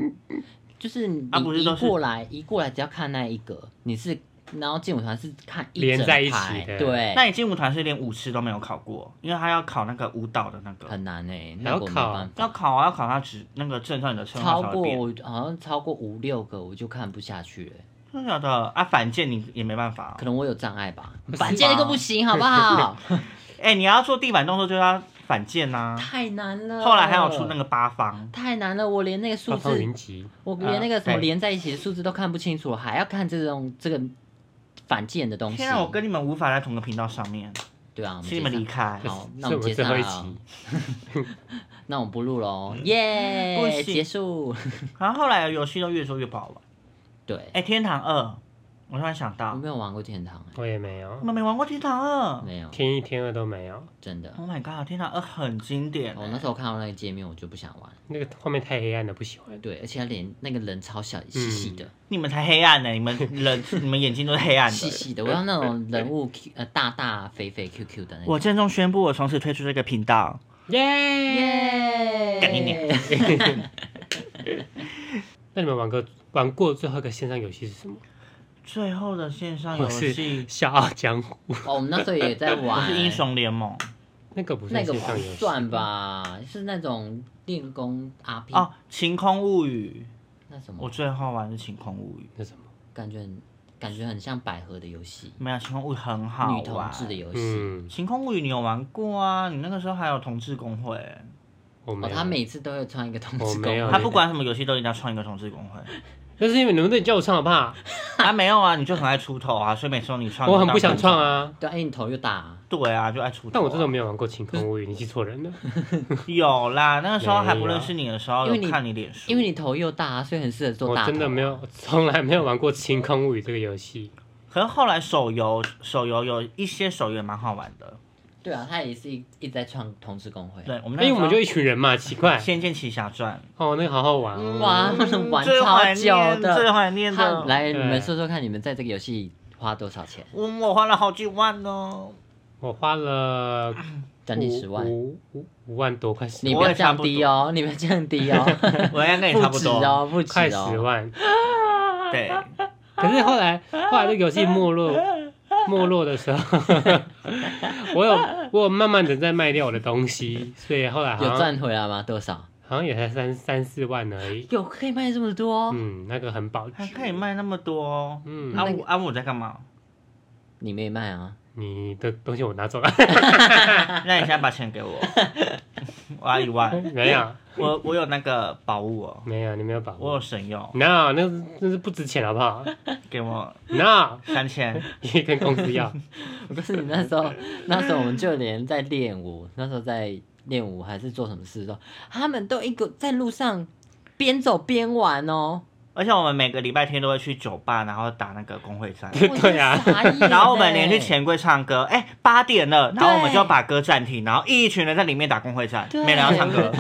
Speaker 3: 就是你
Speaker 2: 啊不是
Speaker 3: 移
Speaker 2: 都是
Speaker 3: 过来移过来，只要看那一个，你是然后劲舞团是看一
Speaker 1: 连
Speaker 3: 整
Speaker 1: 在一
Speaker 3: 排
Speaker 1: 起的
Speaker 3: 对，
Speaker 2: 那你劲舞团是连舞池都没有考过，因为他要考那个舞蹈的那个，
Speaker 3: 很难哎，
Speaker 1: 还要
Speaker 3: 那个我没
Speaker 1: 考
Speaker 3: 办法
Speaker 2: 要考啊要考他执那个证照你的称号
Speaker 3: 超
Speaker 2: 才
Speaker 3: 过
Speaker 2: 会变。
Speaker 3: 我好像超过五六个我就看不下去了，
Speaker 2: 真的假的啊？反键你也没办法哦。
Speaker 3: 可能我有障
Speaker 2: *laughs*
Speaker 3: 碍吧，
Speaker 1: 是
Speaker 3: 反键那个
Speaker 2: 吧
Speaker 3: 不行好
Speaker 2: *laughs*
Speaker 3: 不好？
Speaker 2: 哎，你要做地板动作就要反键呐。
Speaker 3: 太难了。
Speaker 2: 后来还有出那个八方，
Speaker 3: 太难了，我连那个数
Speaker 1: 八方
Speaker 3: 字
Speaker 1: 云，集，
Speaker 3: 我连那个什
Speaker 2: 啊对
Speaker 3: 么连在一起的数字都看不清楚，还要看这种这个反键的东西。
Speaker 2: 天啊，我跟你们无法在同个频道上面，
Speaker 3: 对啊，我们
Speaker 2: 请你们
Speaker 3: 解
Speaker 2: 离
Speaker 3: 散。
Speaker 2: 开。
Speaker 3: *laughs* 好，那
Speaker 1: 是我
Speaker 3: 我们
Speaker 1: 们
Speaker 3: 解
Speaker 1: 最后
Speaker 3: 散
Speaker 1: 一
Speaker 3: 了
Speaker 1: 集。。
Speaker 3: 那我们不录喽，耶、
Speaker 2: 嗯不行
Speaker 3: 结束。
Speaker 2: 然后后来游戏都越做越不好玩。
Speaker 3: 对，
Speaker 2: 哎、天堂二，我突然想
Speaker 3: 我
Speaker 2: 到，
Speaker 3: 没有玩过天堂、哎
Speaker 1: 我也没有
Speaker 2: 你，们没玩过哦天堂二
Speaker 3: 没有，
Speaker 1: 天一天二都没有，
Speaker 3: 真的。
Speaker 2: ？Oh my god，天堂二很经典、
Speaker 3: 哦
Speaker 2: 欸
Speaker 3: 我那时候看到那个界面，我就不想玩。
Speaker 1: 那个画面太黑暗了，不喜
Speaker 2: 哎
Speaker 1: 欢。
Speaker 3: 对，而且他脸那个人超小，细细的，
Speaker 2: 你们才黑暗呢、你们人 *laughs* 你们眼睛都是黑暗
Speaker 3: 细
Speaker 2: 的。
Speaker 3: 细的。我要那种人物 Q 呃大大肥肥 Q Q 的那种。
Speaker 2: 我郑重宣布，我从此退出这个频道。
Speaker 1: 耶
Speaker 2: 干你娘！
Speaker 1: 那你们玩过玩过最后一个线上游戏是什么？
Speaker 2: 最后的线
Speaker 3: 哎
Speaker 2: 上游
Speaker 1: 我是《
Speaker 2: 戏
Speaker 1: 笑傲江湖》，
Speaker 3: *laughs* 哦，我们那时候
Speaker 1: *laughs*
Speaker 3: 也在
Speaker 2: 我
Speaker 3: 玩。
Speaker 2: 是英雄联盟
Speaker 1: 那个不
Speaker 3: 那
Speaker 1: 算
Speaker 3: 个
Speaker 1: 线上
Speaker 3: 不
Speaker 1: 游戏，
Speaker 3: 算吧，是那种练功 RP、
Speaker 2: 哦，晴空物语，
Speaker 3: 那什
Speaker 2: 我
Speaker 3: 么，
Speaker 2: 最后玩的是晴空物语，
Speaker 1: 那什么？
Speaker 3: 感觉很感觉很像百合的游戏，
Speaker 2: 没有晴空物语很好玩。
Speaker 3: 女同志的游戏。
Speaker 1: 嗯，
Speaker 2: 晴空物语你有玩过啊？你那个时候还有同志工会、
Speaker 1: 我没
Speaker 3: 哦，
Speaker 1: 有。
Speaker 3: 他每次都会穿一个同
Speaker 1: 我
Speaker 3: 志
Speaker 1: 没有
Speaker 3: 公
Speaker 2: 他
Speaker 3: 会，
Speaker 2: 不管什么游戏都一定要创一个同志工会。
Speaker 1: 那是因为你们都叫我唱好不好？
Speaker 2: 啊，没有啊，你就很爱出头啊，所以每次都你创，
Speaker 1: 我很不想唱。啊。
Speaker 3: 对，哎，你头又大啊、
Speaker 2: 对啊，就爱出头啊、
Speaker 1: 但我真的没有玩过《晴空物语》，你记错人了。
Speaker 2: 有啦，那个时候还不
Speaker 1: 没有
Speaker 2: 认识你的时候，
Speaker 3: 因为
Speaker 2: 有
Speaker 3: 你
Speaker 2: 看你脸书，
Speaker 3: 因为你头又大、啊，所以很适合做
Speaker 1: 我
Speaker 3: 大头啊
Speaker 1: 真的没有，我从来没有玩过《晴空物语》这个游戏。
Speaker 2: 可是后来手游，手游有一些手游也蛮好玩的。
Speaker 3: 对啊，他也是一一直在创同志公会。
Speaker 2: 对，我们
Speaker 1: 哎因
Speaker 2: 那
Speaker 1: 为我们就
Speaker 2: 《
Speaker 1: 一群人嘛，奇怪。
Speaker 2: 仙剑奇侠传
Speaker 1: 哦，那个好好玩哦。
Speaker 3: 嗯 *laughs* 哇，他们》玩
Speaker 2: 最怀
Speaker 3: 超久
Speaker 2: 念，最
Speaker 3: 的。
Speaker 2: 怀念
Speaker 3: 他
Speaker 2: 的。
Speaker 3: 来，你
Speaker 1: 对
Speaker 3: 们说说看，你们在这个游戏花多少钱？
Speaker 2: 我我花了好几万
Speaker 3: *laughs*
Speaker 2: 哦，
Speaker 1: 我花了
Speaker 3: 将近十万。
Speaker 1: 五五五万多，快十
Speaker 3: 你
Speaker 1: 万
Speaker 3: 不要降低哦，你不要降低哦，
Speaker 2: 我应该哎跟你差
Speaker 3: 不
Speaker 2: 不
Speaker 3: 止
Speaker 2: 多。
Speaker 3: 哦，不止
Speaker 1: 快十
Speaker 3: 哦。
Speaker 1: 万。
Speaker 2: 对，
Speaker 1: 可是后来，后来这个游戏没 *laughs* 落，没落的时候， *laughs* 我有我有慢慢的在卖掉我的东西，所以后来好
Speaker 3: 有
Speaker 1: 像
Speaker 3: 赚回来吗？多少？
Speaker 1: 好像也才三三四万而已。
Speaker 3: 有可以卖这么多？
Speaker 1: 嗯，那个很保值
Speaker 2: 还。啊可以卖那么多哦。
Speaker 1: 嗯，
Speaker 2: 啊我啊我在干嘛？
Speaker 3: 你没卖啊？ *laughs*
Speaker 1: 你的东西我拿走
Speaker 2: *laughs*
Speaker 1: 了，
Speaker 2: 那你现在把钱
Speaker 3: *laughs*
Speaker 2: 给我，我要一万。
Speaker 1: 没有
Speaker 2: 我我有那个宝物哦，
Speaker 1: 没有，你没有把
Speaker 2: 我
Speaker 1: 握
Speaker 2: 有。神用，
Speaker 1: No，那是那是不值钱好不好
Speaker 2: 给我 *laughs*
Speaker 1: ？No，
Speaker 2: 三千。
Speaker 1: 你可以跟公司要。
Speaker 3: 我告诉你，那时候那时候我们就连在练舞，那时候在练舞还是做什么事的时候，他们都一个在路上边走边玩哦。
Speaker 2: 而而且我们每个礼拜天都会去酒吧，然后打那个工会战。
Speaker 1: 对啊
Speaker 3: 欸
Speaker 2: 然后我们连去钱柜唱歌，哎、八点了，然后我们就把歌暂停，然后一群人在里面打工会战，
Speaker 3: 对
Speaker 2: 没人要唱
Speaker 3: *laughs*
Speaker 2: 歌。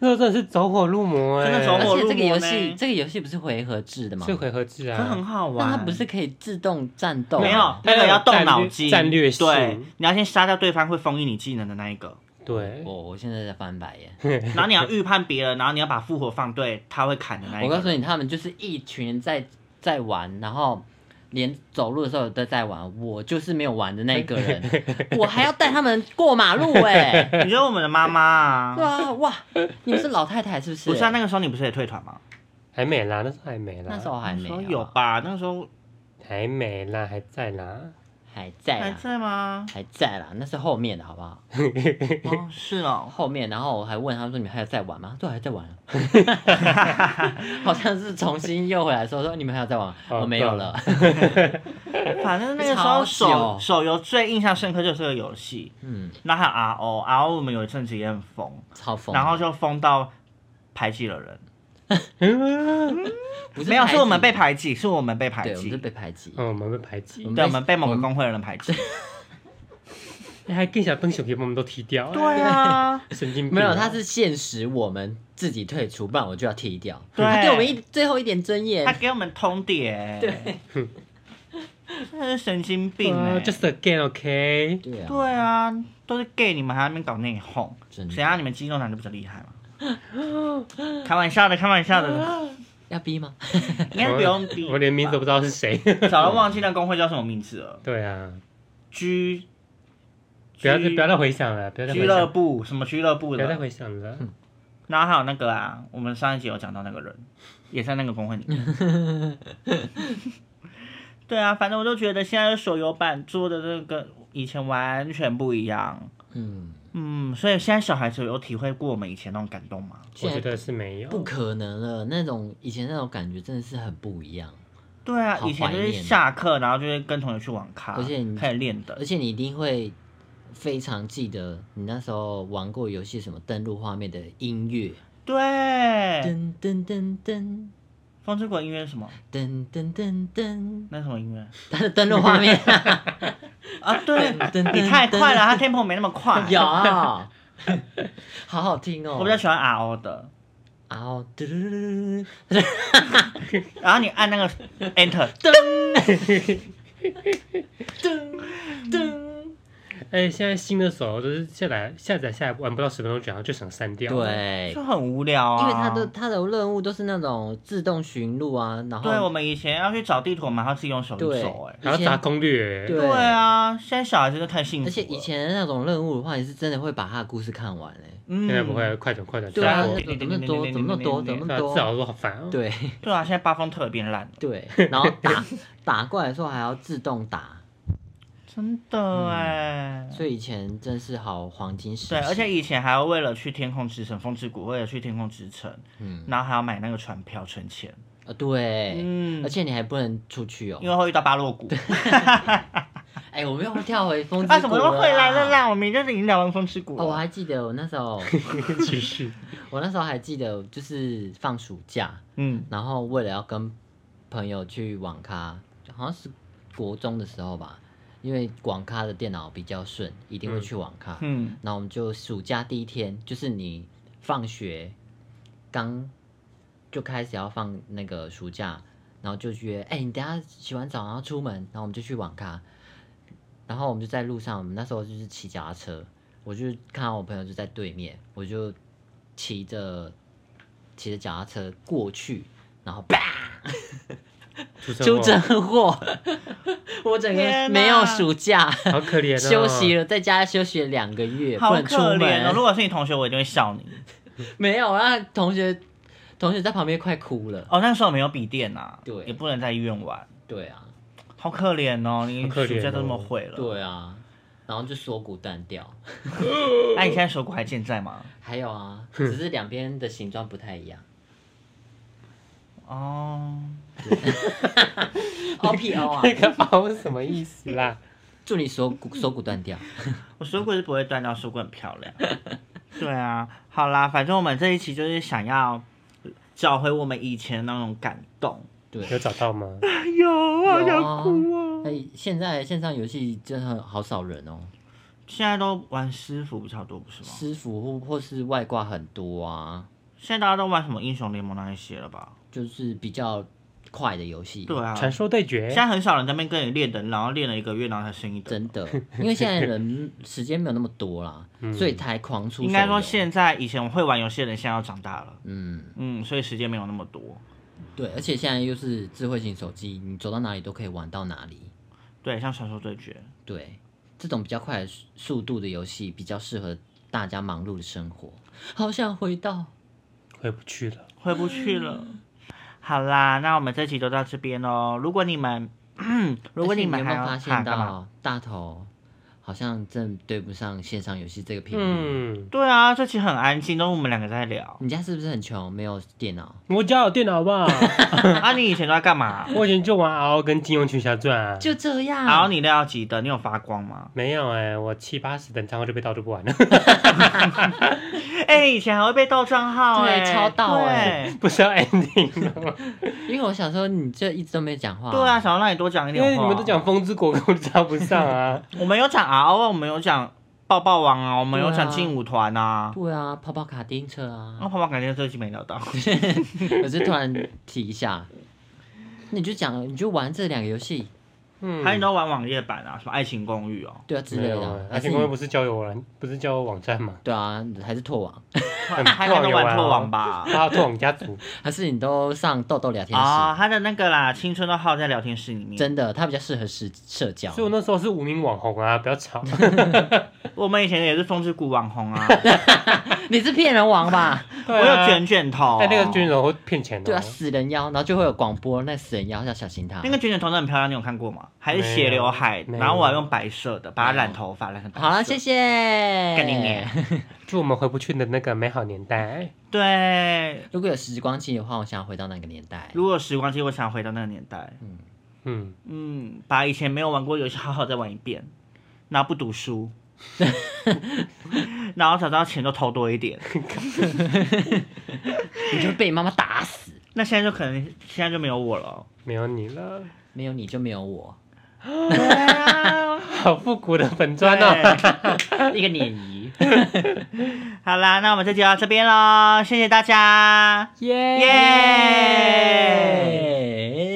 Speaker 1: 那真的是走火入魔哎、
Speaker 2: 真的走
Speaker 3: 而
Speaker 2: 火入魔
Speaker 3: 且这个游
Speaker 2: 呢
Speaker 3: 戏，这个游戏不是回合制的吗？
Speaker 1: 是回合制
Speaker 2: 可很
Speaker 1: 啊，
Speaker 2: 好玩，
Speaker 3: 那它不是啊可以自动战斗？
Speaker 2: 没有
Speaker 1: 它
Speaker 2: 那个
Speaker 1: 有
Speaker 2: 要动
Speaker 1: 战略
Speaker 2: 脑筋，
Speaker 1: 战略性
Speaker 2: 对，你要先杀掉对方会封印你技能的那一个，
Speaker 1: 对
Speaker 3: 我我现在在翻白眼。
Speaker 2: 然后你要预判别人，然后你要把复活放对，他会砍的那一
Speaker 3: 我
Speaker 2: 个。
Speaker 3: 告诉你，他们就是一群人在在玩，然后连走路的时候都在玩。我就是没有玩的那个
Speaker 2: *laughs*
Speaker 3: 人，我还要带他们过马路哎、
Speaker 2: 你觉得我们的妈妈
Speaker 3: 对
Speaker 2: 啊？
Speaker 3: 啊，哇，你们是老太太是不是？
Speaker 2: 不是啊，那个时候你不是也退团吗？
Speaker 1: 还没啦，那时候还没啦，
Speaker 3: 那时候还没
Speaker 2: 那时
Speaker 3: 啊
Speaker 2: 候有吧？那个时候
Speaker 1: 还没啦，还在啦，
Speaker 3: 还在
Speaker 2: 还
Speaker 3: 啦，
Speaker 2: 在吗？
Speaker 3: 还在啦，那是后面的好不好？哎
Speaker 2: 哦，是哦。
Speaker 3: 后面，然后我还问他说：“你们还有在玩吗？”对，还在玩、啊，
Speaker 2: *laughs*
Speaker 3: 好像是重新又回来说说你们还有在玩吗，
Speaker 1: 哦
Speaker 3: 我没有了。
Speaker 2: 啊
Speaker 3: *laughs*
Speaker 2: 反正那个时候
Speaker 3: 超
Speaker 2: 手
Speaker 3: 久
Speaker 2: 手游最印象深刻就是这个游戏，
Speaker 3: 嗯，
Speaker 2: 那还有 RO，RO 我们有一阵子也很疯，
Speaker 3: 超疯的。
Speaker 2: 然后就疯到排挤了人。
Speaker 3: 不是
Speaker 2: 没有，
Speaker 3: 排
Speaker 2: 是
Speaker 3: 挤
Speaker 2: 我们被，排挤，是我们被排
Speaker 3: 对，我们
Speaker 2: 挤，
Speaker 3: 是被排挤。
Speaker 1: 嗯，我们被排挤
Speaker 3: 我，们
Speaker 2: 对，
Speaker 3: 被
Speaker 2: 我们被某个工会的人排挤。
Speaker 1: 哎还更想登小皮，把我们都踢掉，
Speaker 2: 对
Speaker 3: *laughs*
Speaker 2: 啊，
Speaker 1: 神经病，
Speaker 3: 没有，他是限时我们自己退出，不然我就要踢掉。
Speaker 2: 对
Speaker 3: 他给我们一最后一点尊
Speaker 2: 他
Speaker 3: 严。
Speaker 2: 给我们通牒，对，真的是神经病哎、
Speaker 1: 啊，just again，OK，
Speaker 3: 对啊，
Speaker 2: 对啊，都是 gay，你们还在那边搞内讧，
Speaker 3: 真的
Speaker 2: 谁让你们肌肉男就比较厉害嘛？开玩笑的，开玩笑
Speaker 3: *laughs*
Speaker 2: 的，
Speaker 3: 要逼吗？
Speaker 2: 应该不用比
Speaker 1: 我，我连名字都不知道是谁， *laughs*
Speaker 2: 早就忘记那工会叫什么名字了。
Speaker 1: 对啊，
Speaker 2: 居，
Speaker 1: 不要再
Speaker 2: 居
Speaker 1: 不要再回想了，不要再
Speaker 2: 俱
Speaker 1: 回
Speaker 2: 乐
Speaker 1: 想，
Speaker 2: 部什么俱乐部
Speaker 1: 不要再
Speaker 2: 的，
Speaker 1: 回想了，
Speaker 2: 然后还有那个啊，我们上一集有讲到那个人，也在那个工会里面。 *laughs* 对啊，反正我就觉得现在的手游版做的这个以前完全不一样。
Speaker 3: 嗯，
Speaker 2: 嗯，所以现在小孩子有体会过我们以前那种感动吗？
Speaker 1: 我
Speaker 3: 现
Speaker 1: 觉
Speaker 3: 在
Speaker 1: 得是没有，
Speaker 3: 不可能了，那种以前那种感觉真的是很不一样。
Speaker 2: 对啊，
Speaker 3: 好
Speaker 2: 以前就是
Speaker 3: 怀念哦
Speaker 2: 下课，然后就会跟同学去网咖，
Speaker 3: 而且你
Speaker 2: 开始练的
Speaker 3: 而。且你一定会非常记得你那时候玩过游戏什么登录画面的音乐，
Speaker 2: 对，
Speaker 3: 噔噔噔噔
Speaker 2: 风之国音乐是什么？
Speaker 3: 噔噔噔噔，
Speaker 2: 那是什么音乐
Speaker 3: 它的登录画面
Speaker 2: 啊？对
Speaker 3: 噔噔，
Speaker 2: 你
Speaker 3: 噔
Speaker 2: 太
Speaker 3: 噔
Speaker 2: 快了，他 tempo 没那么
Speaker 3: *laughs*
Speaker 2: 快。
Speaker 3: 有，好好听哦。
Speaker 2: 我比较喜欢 RO 的。
Speaker 3: 然后嘟嘟嘟嘟嘟
Speaker 2: 然后你按
Speaker 3: *laughs*
Speaker 2: 那个 Enter，
Speaker 3: 噔噔，
Speaker 1: 哎，现在新的手游都是下载下载下来玩不到十分钟，然后就想删掉，，
Speaker 3: 对，
Speaker 2: 就很无聊啊。
Speaker 3: 因为它的它的任务都是那种自动寻路啊，然
Speaker 2: 对我
Speaker 3: 后
Speaker 2: 们以前要去找地图，我们还要自己用手去
Speaker 3: 对
Speaker 2: 走、哎，
Speaker 1: 然后查攻略，欸
Speaker 3: 对
Speaker 2: 对啊，现在小孩真的太幸福
Speaker 3: 而
Speaker 2: 了。
Speaker 3: 且以前那种任务的话，你是真的会把它的故事看完嘞。
Speaker 2: 嗯
Speaker 1: 现在不会，快转快转，
Speaker 3: 对啊，
Speaker 1: 我
Speaker 3: 那种怎么那么多，怎么那么多，怎
Speaker 1: 对
Speaker 3: 么那
Speaker 1: 啊
Speaker 3: 么
Speaker 1: 至
Speaker 3: 多？
Speaker 1: 少说好烦哦，
Speaker 3: 对 *laughs*
Speaker 2: 对啊，现在八方特变烂了， *laughs*
Speaker 3: 对，然后打打过来的时候还要自动打，
Speaker 2: 真
Speaker 3: 嗯
Speaker 2: 的哎、
Speaker 3: 所以以前真是好黄金时期。
Speaker 2: 对，而且以前还要为了去天空之城、风之谷，为了去天空之城，
Speaker 3: 嗯
Speaker 2: 然后还要买那个船票存钱，
Speaker 3: 啊对，
Speaker 2: 嗯
Speaker 3: 而且你还不能出去哦
Speaker 2: 因。为会遇到巴洛谷。
Speaker 3: 哎，我们又跳回风之谷
Speaker 2: 啊，什么时候回来了
Speaker 3: 啦？
Speaker 2: 啦？我们就是已经聊完风之谷了。
Speaker 3: 哦，我还记得我那时候， *laughs*
Speaker 1: 继续，
Speaker 3: 我那时候还记得，就是放暑假，
Speaker 2: 嗯，
Speaker 3: 然后为了要跟朋友去网咖，好像是国中的时候吧，因为网咖的电脑比较顺，一定会去网咖。
Speaker 2: 嗯，
Speaker 3: 那我们就暑假第一天，就是你放学刚就开始要放那个暑假，然后就约，哎、你等一下洗完澡然后出门，然后我们就去网咖，然后我们就在路上，我们那时候就是骑脚踏车，我就看到我朋友就在对面，我就骑着骑着脚踏车过去，然后啪出
Speaker 1: 出
Speaker 3: 车祸， *laughs* 我整个
Speaker 2: 天
Speaker 3: 没有
Speaker 2: 哪
Speaker 3: 暑假。
Speaker 1: 好可怜哦，
Speaker 3: 休息了，在家休息了两个月，
Speaker 2: 好
Speaker 3: 不能出
Speaker 2: 可怜哦。
Speaker 3: 门
Speaker 2: 如。果是你同学，我一定会笑你。
Speaker 3: *laughs* 没有啊，同学同学在旁边快哭了。
Speaker 2: 哦，那时候没有笔电啊，
Speaker 3: 对
Speaker 2: 也不能在医院玩，
Speaker 3: 对啊，
Speaker 2: 好可怜哦，你
Speaker 1: 好可
Speaker 2: 暑
Speaker 1: 怜
Speaker 2: 假都
Speaker 1: 哦
Speaker 2: 这么毁了。，
Speaker 3: 对啊，然后就锁骨断掉。
Speaker 2: 那、你现在手骨还健在吗？
Speaker 3: 还有啊，只是两边的形状不太 *laughs* 一样。
Speaker 2: 哦，
Speaker 3: O P O 啊，
Speaker 1: 那个凹是什么意思啦？
Speaker 3: 祝你锁骨锁骨断掉。
Speaker 2: 我手骨是不会断掉， *laughs* 手骨很漂亮。对啊，好啦，反正我们这一期就是想要找回我们以前那种感动。
Speaker 3: 对，
Speaker 1: 有找到吗？
Speaker 2: 哎呦，好
Speaker 3: 有
Speaker 2: 想
Speaker 3: 啊
Speaker 2: 哭哦！
Speaker 3: 哎，现在线上游戏真的好少人哦，
Speaker 2: 现在都玩师傅比较多，不是吗？
Speaker 3: 师傅或或是外挂很多啊，
Speaker 2: 现在大家都玩什么英雄联盟那一些了吧？
Speaker 3: 就是比较快的游戏。
Speaker 2: 对啊，
Speaker 1: 传说对决
Speaker 2: 现，在很少人在那边跟你练等，然后练了一个月，然后才升一等。
Speaker 3: 真 *laughs* 的，因为现在人时间没有那么多啦，所以才狂出手游。
Speaker 2: 应该说，现在以前我会玩游戏的人，现在要长大了，
Speaker 3: 嗯，
Speaker 2: 嗯，所以时间没有那么多。
Speaker 3: 对，而且现在又是智慧型手机，你走到哪里都可以玩到哪里。
Speaker 2: 对，像传说对决，
Speaker 3: 对，这种比较快的速速度的游戏，比较适合大家忙碌的生活。好想回到
Speaker 1: 回不去了。
Speaker 2: 回不去了。好啦，那我们这集就到这边喽。如果你们， *clears throat* 如果
Speaker 3: 而且
Speaker 2: 你
Speaker 3: 你
Speaker 2: 们
Speaker 3: 有
Speaker 2: 还
Speaker 3: 没有
Speaker 2: 要
Speaker 3: 发
Speaker 2: 哈
Speaker 3: 现
Speaker 2: 干嘛
Speaker 3: 到大头好像真对不上线上游戏这个频率？。
Speaker 1: 嗯，
Speaker 2: 对啊，这期很安静，都是我们两个在聊
Speaker 3: 你家是不是很穷，没有电脑？
Speaker 1: 我家有电脑好不好？
Speaker 2: 啊，你以前都在干嘛？
Speaker 1: 我以前就玩 RO 跟金庸群侠传啊。
Speaker 3: *laughs* 就这样。
Speaker 2: 然后你料几的，你有发光吗？
Speaker 1: 没有哎、我七八十等账号就被盗就不玩了。 *laughs*
Speaker 2: 哎、以前还会被盗账号、
Speaker 3: 对
Speaker 2: 哎，
Speaker 3: 超盗哎
Speaker 1: 不是要 ending 了
Speaker 3: *laughs*
Speaker 1: 吗？
Speaker 3: 因为我想说，你这一直都没讲话。
Speaker 2: 对 *laughs* 对啊，，想要让你多讲一
Speaker 1: 因
Speaker 2: 点话。
Speaker 1: 为你们都讲《风之国》，我就插不上
Speaker 3: *laughs*
Speaker 1: 啊。
Speaker 2: 我们有讲 R O，我们有讲抱抱王啊，我们有讲劲舞团啊。
Speaker 3: 对啊，跑跑卡丁车
Speaker 2: 那
Speaker 3: 啊，
Speaker 2: 泡泡感觉这期没聊到， *laughs*
Speaker 3: 我就突然提一下，你就讲，你就玩这两个游戏，
Speaker 1: 嗯，
Speaker 2: 还有你都玩网页版啊，什么爱情公寓哦，
Speaker 3: 对啊之
Speaker 1: 没
Speaker 3: 类
Speaker 1: 有
Speaker 3: 的
Speaker 1: 啊
Speaker 3: 啊，，
Speaker 1: 爱
Speaker 3: 还
Speaker 1: 情
Speaker 3: 是
Speaker 1: 公寓
Speaker 3: 你
Speaker 1: 不是交友网，不是交友网站
Speaker 3: *laughs*
Speaker 1: 吗？
Speaker 3: 对啊，还是拓网，
Speaker 2: *laughs* 还有都玩
Speaker 1: 啊
Speaker 2: 拓网吧。
Speaker 3: 啊
Speaker 1: 还有拓网家族，
Speaker 3: 还是你都上豆豆聊天
Speaker 2: 啊、
Speaker 3: 室？
Speaker 2: 他的那个啦，青春都耗在聊天室里面。
Speaker 3: 真的，它比较适合社社交
Speaker 1: 所以。我那时候是无名网红啊，不要
Speaker 3: *laughs*
Speaker 1: 吵。
Speaker 2: 我们以前也是风之谷网红啊，
Speaker 3: 你是骗人王
Speaker 2: *laughs*
Speaker 3: 吧？ *laughs*
Speaker 1: 我
Speaker 2: 我有卷卷头，
Speaker 1: 哎但那个卷头会骗钱
Speaker 3: 哦对啊，
Speaker 1: 的。哦
Speaker 3: 死人妖，然后就会有广播，那死人妖要小心他。
Speaker 2: 那个卷卷头真的很漂亮，你有看过吗？还是斜刘海，
Speaker 1: 没有
Speaker 2: 然后我还用白色的把它染头发，染成白色
Speaker 3: 好了，谢。谢。
Speaker 2: 啊干你娘
Speaker 1: 祝我们回不去的那个美好年代。
Speaker 2: 对，
Speaker 3: 如果有时光机的话，我想回到那个年代。
Speaker 2: 如果有时光机，我想回到那个年代，
Speaker 1: 嗯，
Speaker 2: 嗯，把以前没有玩过游戏好好再玩一遍，然后不读
Speaker 3: *laughs*
Speaker 2: 书，然后找到钱就偷多一点。
Speaker 3: 你就被妈妈打死，
Speaker 2: 那现在就可能现在就没有我了。
Speaker 1: 没有你了，
Speaker 3: 没有你就没有
Speaker 2: *laughs*
Speaker 3: 我，
Speaker 2: 对啊，
Speaker 1: 好复古的粉砖哦。
Speaker 3: 一个鲶鱼。
Speaker 2: *laughs* 好啦，那我们这集就到这边喽，谢谢大家。
Speaker 3: 耶
Speaker 2: 耶
Speaker 3: 哎